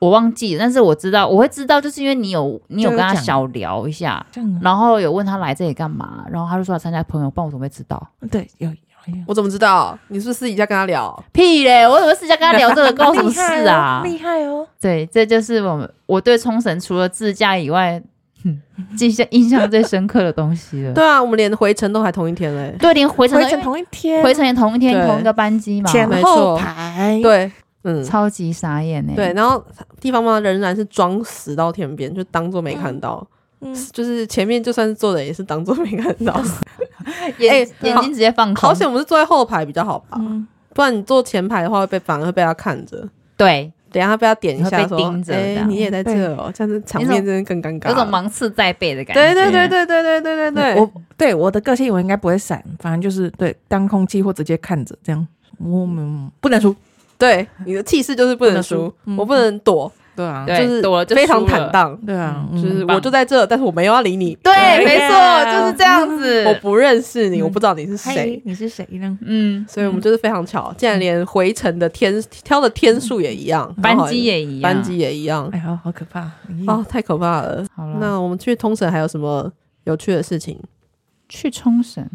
B: 我忘记了，但是我知道，我会知道，就是因为你有你有
D: 就
B: 跟
D: 有
B: 他
D: 讲
B: 小聊一下，
D: 这样啊？
B: 然后有问他来这里干嘛，然后他就说他参加朋友，不然我怎么会知道？
D: 对，有呀，
C: 我怎么知道？你是不是私底下跟他聊？
B: 屁嘞！我怎么私下跟他聊这个，关我什么事啊？
D: 厉害哦！
B: 对，这就是我们我对冲绳除了自驾以外， 哼印象印象最深刻的东西了。
C: 对啊，我们连回程都还同一天嘞。
B: 对，连回程
D: 回
B: 都
D: 程同一天，
B: 回程也同一天
C: 对
B: 同一个班机
D: 哦
B: 嘛，
D: 前
C: 没
D: 后
C: 错
D: 排，，
C: 对，嗯，
B: 超级傻眼哎、
C: 对。，然后地方妈仍然是装死到天边，就当做没看到，
D: 嗯，
C: 就是前面就算是坐的也是当做没看到。
B: 眼、
C: 哎
B: 眼睛直接放空。
C: 好险，我们是坐在后排比较好吧？
D: 嗯
C: 不然你坐前排的话，会被反而会被他看着。
B: 对，
C: 等一下被他点一
B: 会
C: 下
B: 被
C: 说
B: 盯着：“这
C: 哎、
B: 样
C: 你也在这哦、这样子场面真的更尴尬。”
B: 有种芒刺在背的感觉。
C: 对对对对对对对对
B: 嗯
C: 对，
D: 我对我的个性，我应该不会闪，反正就是对当空气或直接看着这样。我
C: 嗯
D: 们不能输，
C: 对你的气势就是不能输，
D: 嗯
C: 我不能躲，
D: 对啊，
B: 嗯对
C: 是
B: 躲了就
C: 非
B: 输
C: 常
B: 了
C: 坦荡，
D: 对啊，嗯
C: 就是
B: 很棒
C: 我就在这，但是我没有要理你，
B: 对，没
D: 哎
B: 错，
D: 呀
B: 就是这样 子。
C: 我不认识你，我不知道你是
D: 嗨
C: 谁，
D: 你是谁呢？
B: 嗯，
C: 所以我们就是非常巧，竟然连回程的天挑的天数也一样，刚
B: 嗯班
C: 好
B: 机也一样，
C: 班机也一样，
D: 哎呀，好可怕！咦
C: 哦，太可怕了。
B: 好了。
C: 那我们去通省还有什么有趣的事情？
B: 去冲绳，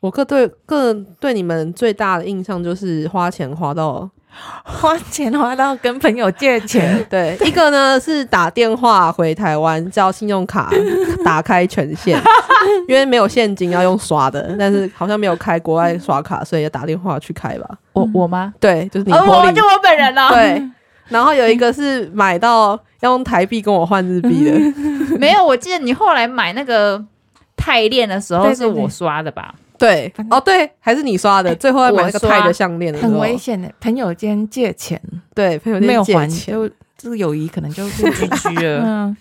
C: 我个对个对你们最大的印象就是花钱花到
D: 花钱花到跟朋友借 钱，
C: 对，一个呢是打电话回台湾叫信用卡 打开权限，因为没有现金要用刷的，但是好像没有开国外刷卡，所以要打电话去开吧。
B: 我
D: 嗯
B: 我吗？
C: 对，就是你
B: 哦，
C: 脱
B: 我
C: 离、
B: 就我本人了。
C: 对。然后有一个是买到要用台币跟我换日币的，
B: 没有，我记得你后来买那个泰链的时候
D: 对对
B: 是我刷的吧？
C: 对，哦对，还是你刷的，最后要买那个
B: 哎我刷
C: 泰的项链的时
D: 很
C: 候，
D: 危险的。朋友间借钱
C: 对，朋友
D: 没有
C: 间借
D: 还，
C: 钱，
D: 就这个友谊可能 就不
B: 居 了。
D: 嗯，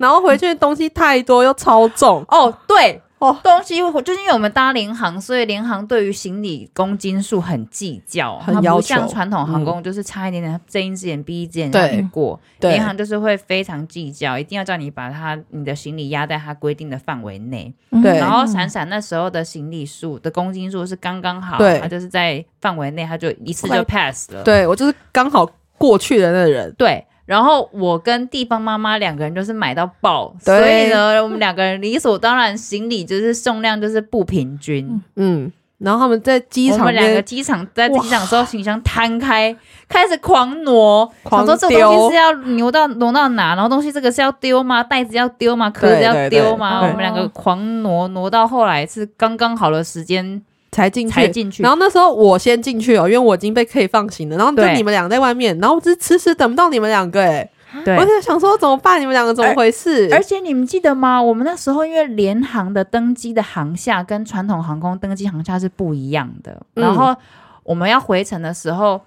C: 然后回去的东西太多又超重，
B: 哦，对。
C: 哦
B: 东西就是因为我们搭联航，所以联航对于行李公斤数很计较，
C: 很
B: 它
C: 要
B: 不
C: 求嗯
B: 像传统航空就是差一点点，睁一只眼闭一只眼
C: 对
B: 让你过。
C: 对
B: 联航就是会非常计较，一定要叫你把它你的行李压在它规定的范围内。
D: 嗯
C: 对
B: 然后闪闪那时候的行李数的公斤数是刚刚好，
C: 对
B: 它就是在范围内，它就一次就
C: 快
B: pass 了。
C: 对我就是刚好过去的那个人，
B: 对，然后我跟地方妈妈两个人就是买到爆，所
C: 对
B: 以呢，我们两个人理所当然行李就是重量就是不平均。
C: 嗯，然后他们在机
B: 我
C: 场
B: 们两
C: 边
B: 个机场在机场的时候，行李箱摊开，开始狂挪，
C: 狂
B: 想说这个东西
C: 丢
B: 是要挪到挪到哪，然后东西这个是要丢吗？袋子要丢吗？壳
C: 对
B: 子要
C: 对
B: 丢
C: 对
B: 吗？
D: 对
B: 我们两个狂挪，挪到后来是刚刚好的时间
C: 才进
B: 才
C: 去。
B: 进去
C: 然。后那时候我先进去哦，因为我已经被可以放行了。然后就
B: 对
C: 你们俩在外面，然后我只是迟迟等不到你们两个、欸，
B: 对
C: 我，在想说怎么办？你们两个怎么回事？
B: 而且你们记得吗？我们那时候因为联航的登机的航厦跟传统航空登机航厦是不一样的，
C: 嗯
B: 然后我们要回程的时候，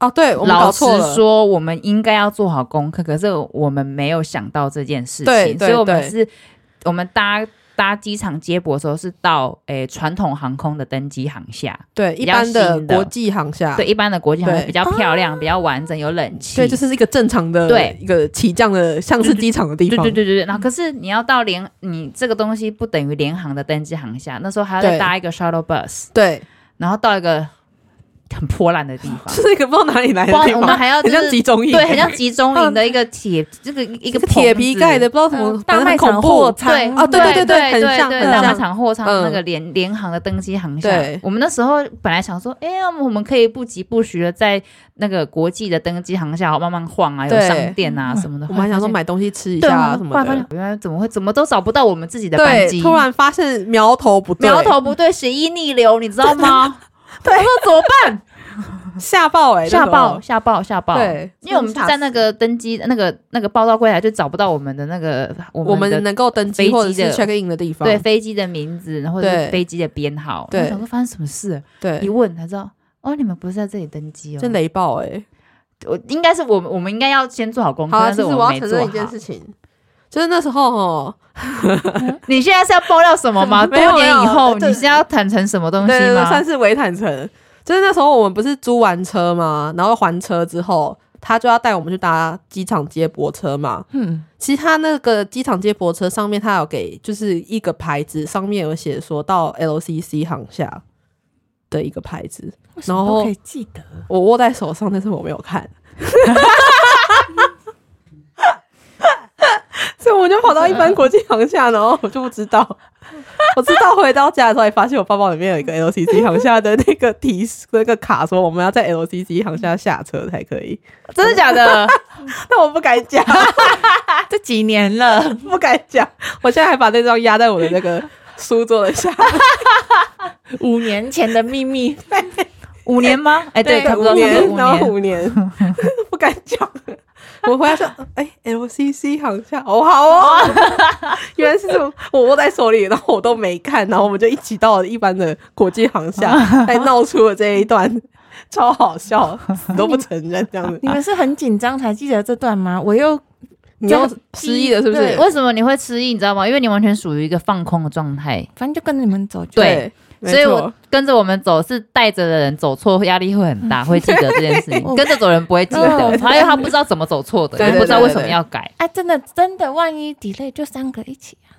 C: 哦，对，我们
B: 老
C: 搞
B: 实
C: 错了，
B: 说，我们应该要做好功课，可是我们没有想到这件事
C: 对
B: 情，
C: 对
B: 所以我们
C: 对
B: 是，我们搭搭机场接驳的时候是到诶传统航空的登机航厦，
C: 对，
B: 比
C: 一
B: 较
C: 般的
B: 新的
C: 国际航厦，
B: 对，一般的国际航
C: 啊
B: 厦
C: 对啊
B: 比较漂亮，比较完整，有冷气，
C: 对，就是一个正常的，
B: 对
C: 一个起降的，像是机场的地
B: 对
C: 方，嗯
B: 对对对对，然后可是你要到联，你这个东西不等于联航的登机航厦，那时候还要再
C: 对
B: 搭一个 shuttle bus，
C: 对，
B: 然后到一个很破烂的地方，
C: 就是一个不知道哪里来的
B: 不
C: 地
B: 然我们
C: 方，
B: 还要、就
C: 很
B: 是、
C: 像集中营，
B: 对，很像集中营的一个铁，这个一
C: 一
B: 个
C: 个嗯铁
B: 棚
C: 皮
B: 子
C: 盖的，。不知道什么，反
D: 大
C: 正
D: 卖
C: 很
D: 场
C: 恐
D: 货
C: 怖，
D: 仓
B: 对
C: 啊对
B: 对
C: 对对很
B: 对
C: 像
B: 对
C: 很
B: 大卖
C: 像
B: 场货仓
C: 嗯
B: 那个联联航的登机航厦
C: 对。
B: 我们那时候本来想说，哎呀，我们可以不急不徐的在那个国际的登机航厦慢慢晃啊，有
C: 对
B: 商店啊什么的。
C: 我们还想说
B: 买。
C: 买东西吃一
B: 对
C: 下
B: 啊，
C: 啊什
B: 后
C: 么
B: 来发现
C: 的，
B: 原来怎么会怎么都找不到我们自己的班
C: 对，
B: 机，
C: 突然发现苗头不对，
B: 苗头不对，血液逆流，你知道 吗？对，我说怎么办？
C: 吓爆哎、欸，
B: 吓
C: 那时候
B: 爆，，吓爆，吓爆！
C: 对，
B: 因为我们就在那个登机那个那个报到柜台就找不到我们的那个
C: 我
B: 我们的
C: 们能够登
B: 飞机
C: 机或者是
B: 的
C: check in 的地方，
B: 对飞机的名字，然后
C: 对
B: 是飞机的编号。
C: 对
B: 我想说发生什么事，一
C: 对，
B: 问才知道。哦，你们不是在这里登机哦？
C: 真，雷爆哎、
B: 我应该是我们，我们应该要先做好功课，
C: 好、啊，
B: 但
C: 其实
B: 是们
C: 我
B: 没
C: 要承
B: 做
C: 认一件
B: 好。
C: 事情，就是那时候哦，
B: 你现在是要爆料什么吗？多
C: 没有
B: 年
C: 没有
B: 以后，你
C: 这
B: 是要坦诚什么东
C: 对
B: 西
C: 对对，
B: 吗？
C: 算是伪坦诚。就是那时候我们不是租完车吗？然后还车之后，他就要带我们去搭机场接驳车嘛。
D: 嗯，
C: 其实他那个机场接驳车上面，他有给就是一个牌子，上面有写说到 LCC 航厦的一个牌子，
D: 为什么
C: 然后
D: 都可以记得？
C: 我握在手上，但是我 没有看，所以我就跑到一般国际航厦，然后我就不知道。我知道回到家的时候，还发现我包包里面有一个 LCC 航厦的那个提示，那个卡，说我们要在 LCC 航厦下车才可以。
B: 真的假的？
C: 但我不敢讲，
D: 啊这几年了，
C: 不敢讲。我现在还把那张压在我的那个书桌的下面。
D: 五年前的秘密，
B: 五年吗？哎，对，差不
C: 五
B: 多，差不
C: 年，
B: 多
C: 然后五
B: 五年。
C: 年，不敢讲。我回来说，哎、l c c 航厦，哦，好哦，原来是这么，我握在手里，然后我都没看，然后我们就一起到了一般的国际航厦， 还闹出了这一段，超好笑，死都不承认这样 子
D: 你。们是很紧张才记得这段吗？我又
C: 你又失忆了是不
D: 对
C: 是？
B: 为什么你会失忆？你知道吗？因为你完全属于一个放空的状态，
D: 反正就跟着你们走，就
B: 对，
C: 没
B: 所以
C: 错
B: 我跟着我们走是带着的人走错，压力会很大，会记得这件 事情。
D: 嗯
B: 跟着走人不会记
D: 嗯
B: 得，他因为他不知道怎么走错的，
C: 对
B: 也
C: 对
B: 不知道为什么要改。
D: 啊，真的真的，万一 delay 就三个一起啊，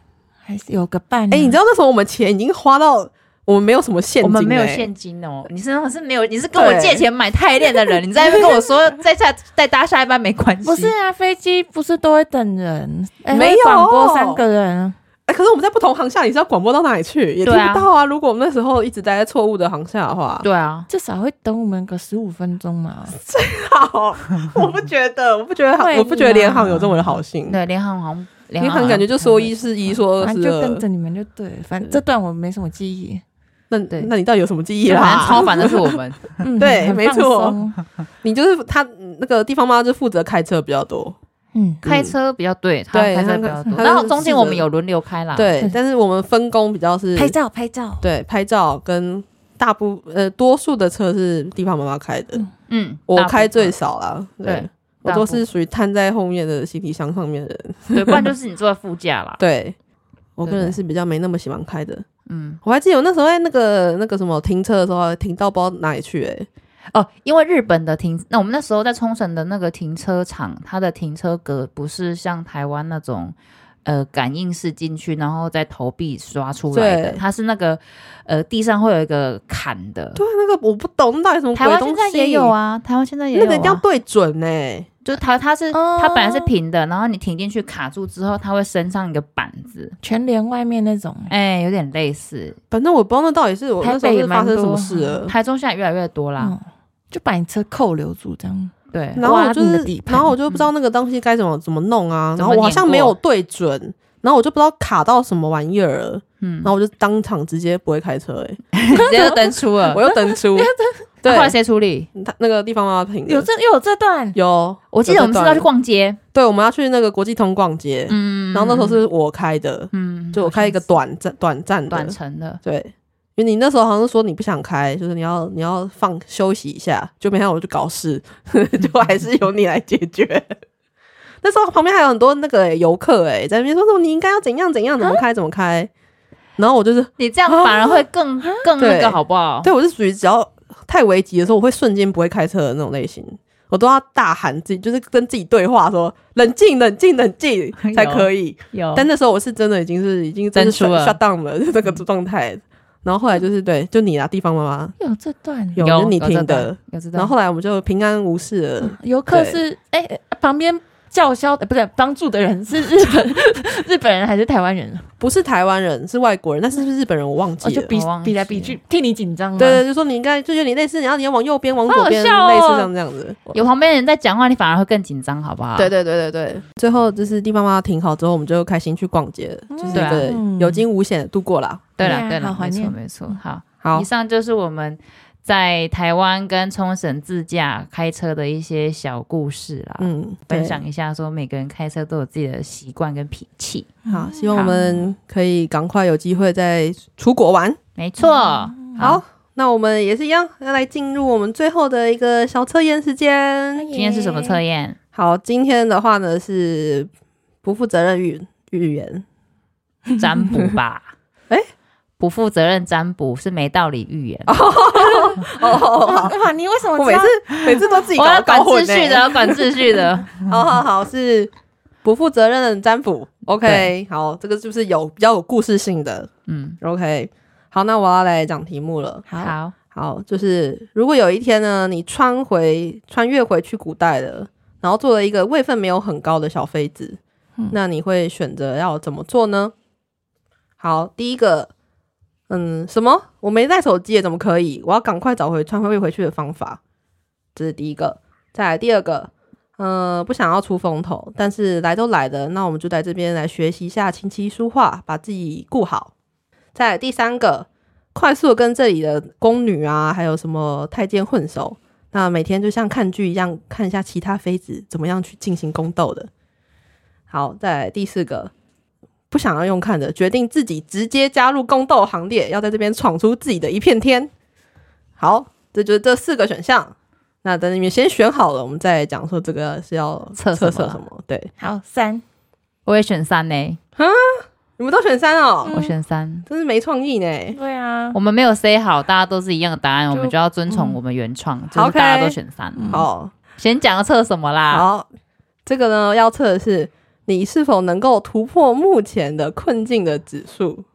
D: 还是有个伴啊。
C: 哎、你知道那时候我们钱已经花到我们没有什么现
B: 我
C: 金、
B: 们没有
C: 哎
B: 现金哦，你身上是没有，你是跟我借钱买泰链的人，你在那边跟我说再下再搭下一班没关系，
D: 不是啊，飞机不是都会等人，哎
C: 没有
D: 会广播三个人，啊
C: 哎、可是我们在不同航厦，你是要广播到哪里去？也听
B: 对啊
C: 不到啊。如果我们那时候一直待在错误的航厦的话，
B: 对啊，
D: 至少会等我们个十五分钟嘛。
C: 好，我不觉得，我不觉得好，
D: 对
C: 我不觉得联航
D: 啦
C: 有这么的好心。
B: 对，啊联航好像联
C: 联
B: 航好
C: 航
B: 像
C: 感觉就说一是一，说二
D: 反正
C: 是
D: 就跟
C: 二
D: 着。你们就对了，反正这段我没什么记 忆。
C: 那
B: 对
C: 那你到底有什么记忆
B: 就反正
C: 啦？
B: 超烦的是我 们，
D: 嗯，
C: 对
D: 很
C: 没
D: 放
C: 错
D: 松。
C: 你就是他嗯那个地方妈，就负责开车比较多。
D: 嗯，
B: 开车比较对，他
C: 对
B: 开
C: 他
B: 车比较多，
C: 他
B: 然后
C: 是
B: 中间我们有轮流开啦，，
C: 嗯对，但是我们分工比较是
D: 拍，照拍照，
C: 对，拍照跟大部呃多数的车是地方妈妈开的，
B: 嗯，
C: 我
B: 大部
C: 开
B: 分
C: 最少啦。对
B: 对，
C: 我都
B: 大部分
C: 是属于摊在后面的行李箱上面的人。
B: 对，不然就是你坐在副驾啦，
C: 对，我个
B: 对
C: 人是比较没那么喜欢开的。
B: 嗯。
C: 我还记得我那时候在那个那个什么停车的时候，停到不知道哪里去，哎，
B: 哦，因为日本的停，那我们那时候在冲绳的那个停车场，它的停车格不是像台湾那种，呃，感应式进去，然后再投币刷出来的，
C: 对
B: 它是那个，呃，地上会有一个坎的。
C: 对，啊那个我不懂，那到底什么鬼
B: 台湾
C: 东
B: 现
C: 西？
B: 在也有啊，台湾现在也有、
C: 那
B: 啊，
C: 个一定要对准呢、欸
B: 就它它是、
D: 哦
B: 它本来是平的，然后你停进去卡住之后，它会升上一个板子，
D: 全连外面那
C: 嗯
D: 种。
B: 哎、有点类似。
C: 反正我不知道那到底是我
D: 台北
C: 那时候
D: 也
C: 是
D: 蛮
C: 发生什么
D: 多
C: 事了。
B: 台中现在越来越多啦，
D: 嗯，就把你车扣留住这样。
B: 对，
C: 然后我
D: 挖
C: 就
D: 你的
C: 是
D: 地，盘
C: 然后我就不知道那个东西该怎么怎么弄啊，
B: 怎
C: 然
B: 么
C: 后我好
B: 碾
C: 像没
B: 过
C: 有对准，然后我就不知道卡到什么玩意儿了，
B: 嗯
C: 然，后我就当场直接不会开车、
B: 直 接就登出
C: 哎，
B: 了
C: 我。又登 出，
B: 那
C: 对
B: 后，来谁处理？
C: 他那个地方妈妈停的
D: 有这又有这段，
C: 有，
B: 我记得我们是要去逛街，
C: 对，我们要去那个国际通逛街，
B: 嗯，
C: 然后那时候是我开的，
B: 嗯，
C: 就我开一个
B: 好
C: 短暂短暂的
B: 像是短程的，
C: 对，因为你那时候好像是说你不想开，就是你要你要放休息一下，就没想到我就搞事，
B: 嗯
C: 就还是由你来解决。 那时候旁边还有很多那个欸游、客哎、在那边说什么你应该要怎样怎样怎
B: 啊
C: 么开怎么开，然后我就是
B: 你这样反而会更更那
C: 对
B: 个好不好？
C: 对我是属于只要太危急的时候，我会瞬间不会开车的那种类型，我都要大喊自己，就是跟自己对话说冷静冷静冷静
B: 哎
C: 才可以。
B: 有
C: 但那时候我是真的已经是已经真的
B: 登出了
C: shut down 了这个状态。然后后来就是对，就你啦，地方妈妈
D: 又有这段。
C: 有
B: 有
C: 就是你
B: 有
C: 听
B: 这
C: 的
B: 段，有知道，
C: 然后后来我们就平安无事了。
D: 游客
C: 对
D: 是哎、旁边叫嚣呃不是帮助的人是日本日本人还是台湾人？
C: 不是台湾人，是外国人，但是不是日本人我忘
D: 我
C: 记
D: 就
C: 了。
D: 比
B: 我忘记
D: 比来比去，替你紧张吗？
C: 对对，就说你应该就有点类似，然后你要往右边，往左边，
B: 好好笑哦
C: 类似像这样子。
B: 有旁边人在讲话，你反而会更紧张，好不好？
C: 对对对对对，最后就是地方妈妈停好之后，我们就开心去逛街了，就是
B: 对啊
C: 对
D: 嗯
C: 有惊无险地度过啦。嗯
B: 对
D: 对
B: 了
D: 啊
B: 对了
D: 好，怀
B: 没错
D: 念
B: 没错，好。
C: 好
B: 以，上就是我们在台湾跟冲绳自驾开车的一些小故事啦，
C: 嗯，
B: 分
C: 对
B: 享一下说每个人开车都有自己的习惯跟脾气。
C: 好，希望我们可以赶快有机会再出国玩。
B: 没错，
C: 嗯好，那我们也是一样，要来进入我们最后的一个小测验时间。
B: 今天是什么测验？
C: 好，今天的话呢是不负责任语语言，
B: 占卜 吧？
C: 哎
B: 不负责任占卜是没道理预言。
C: 哦，
D: 哇，你为什么
C: 我
D: 知
C: 每
D: 道
C: 次每次都自己
B: 我要
C: 搞
B: 管
C: 搞混欸
B: 秩
C: 呢
B: 序的，。要管秩 序的。
C: 好好好，是不负责任的占卜。OK，
B: 对
C: 好，这个就是有比较有故事性的。
B: 嗯，
C: OK，好，那我要来讲题目了。
B: 好，
C: 好，就是如果有一天呢，你穿回穿越回去古代了，然后做了一个位分没有很高的小妃子，那你会选择要怎么做呢？好，第一个，嗯，什么？我没带手机也怎么可以？我要赶快找回穿回回去的方法，这是第一个。再来第二个，呃，不想要出风头，但是来都来了，那我们就在这边来学习一下琴棋书画，把自己顾好。再来第三个，快速地跟这里的宫女啊，还有什么太监混熟，那每天就像看剧一样，看一下其他妃子怎么样去进行宫斗的。好，再来第四个，不想要用看的，决定自己直接加入宫斗行列，要在这边闯出自己的一片天。好，这就是这四个选项。那等你们先选好了，我们再讲说这个是要
B: 测什
C: 测
B: 么
C: 什么。对，
D: 好三，
B: 我也选三呢、欸
C: 你们都选三哦，
B: 我选三。
C: 真是没创意呢。
D: 对啊，
B: 我们没有 say 好，大家都是一样的答案，
D: 就
B: 我们就要遵从
D: 嗯
B: 我们原创，就是
C: OK
B: 大家都选三。
C: 好，
B: 先讲测什么啦？
C: 好，这个呢要测的是你是否能够突破目前的困境的指数。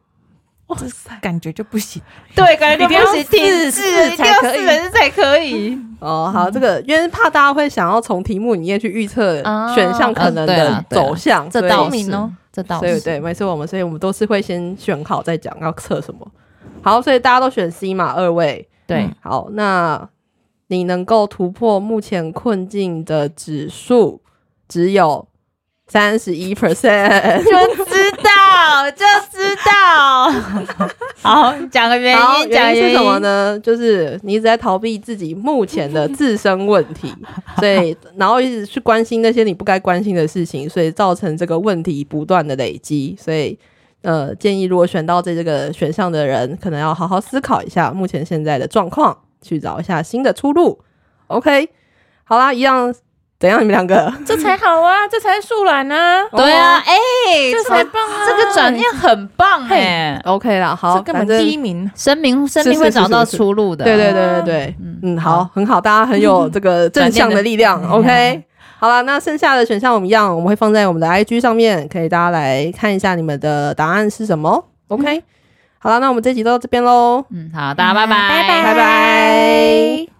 D: 哇塞，感觉就不行。
B: 对， 感觉
D: 一定要四次
B: 一定
D: 才
B: 要
D: 可以
B: 四人才可以。
C: 哦，
B: 嗯
C: 好，这个因为怕大家会想要从题目里面去预测
D: 哦
C: 选项可能
B: 嗯对
C: 的
B: 啦对啦
C: 走向，
B: 这
C: 所以
B: 倒
D: 明
B: 是
D: 哦，
B: 这倒
C: 对
B: 是。
C: 对，没错，我们所以我们都是会先选好再讲要测什么。好，所以大家都选 C 嘛，二位。
B: 对
D: 嗯，
C: 好，那你能够突破目前困境的指数只有三十一 percent。
B: 就知道，就知 道。好，讲个原
C: 好，
B: 因，讲
C: 原因
B: 原
C: 是什么？呢？就是你一直在逃避自己目前的自身问 题，所以然后一直去关心那些你不该关心的事情，所以造成这个问题不断的累积。所以呃，建议如果选到这这个选项的人，可能要好好思考一下目前现在的状况，去找一下新的出路。OK，好啦，一样。怎样？你们两个
D: 这才好啊，这才是树懒啊，
B: 对
C: 哦
B: 啊，哎，
D: 这才
B: 这
D: 棒啊！
B: 这个转念很棒哎，
C: OK 啦，好，
D: 这根本
C: 哦反正
D: 第一名，
B: 生命生
C: 欸
B: 命
C: 是是
B: 会找到
C: 是是
B: 出路的。
C: 对对对对对，
B: 嗯
C: 嗯，好，很好，大家很 有这个正向的力量。OK，好了，那剩下的选项我们一样，我们会放在我们的 IG 上面，可以大家来看一下你们的答案是什么。OK，好了，那我们这集就到这边喽，
B: 嗯，好，大家拜拜，
D: 拜
C: 拜拜。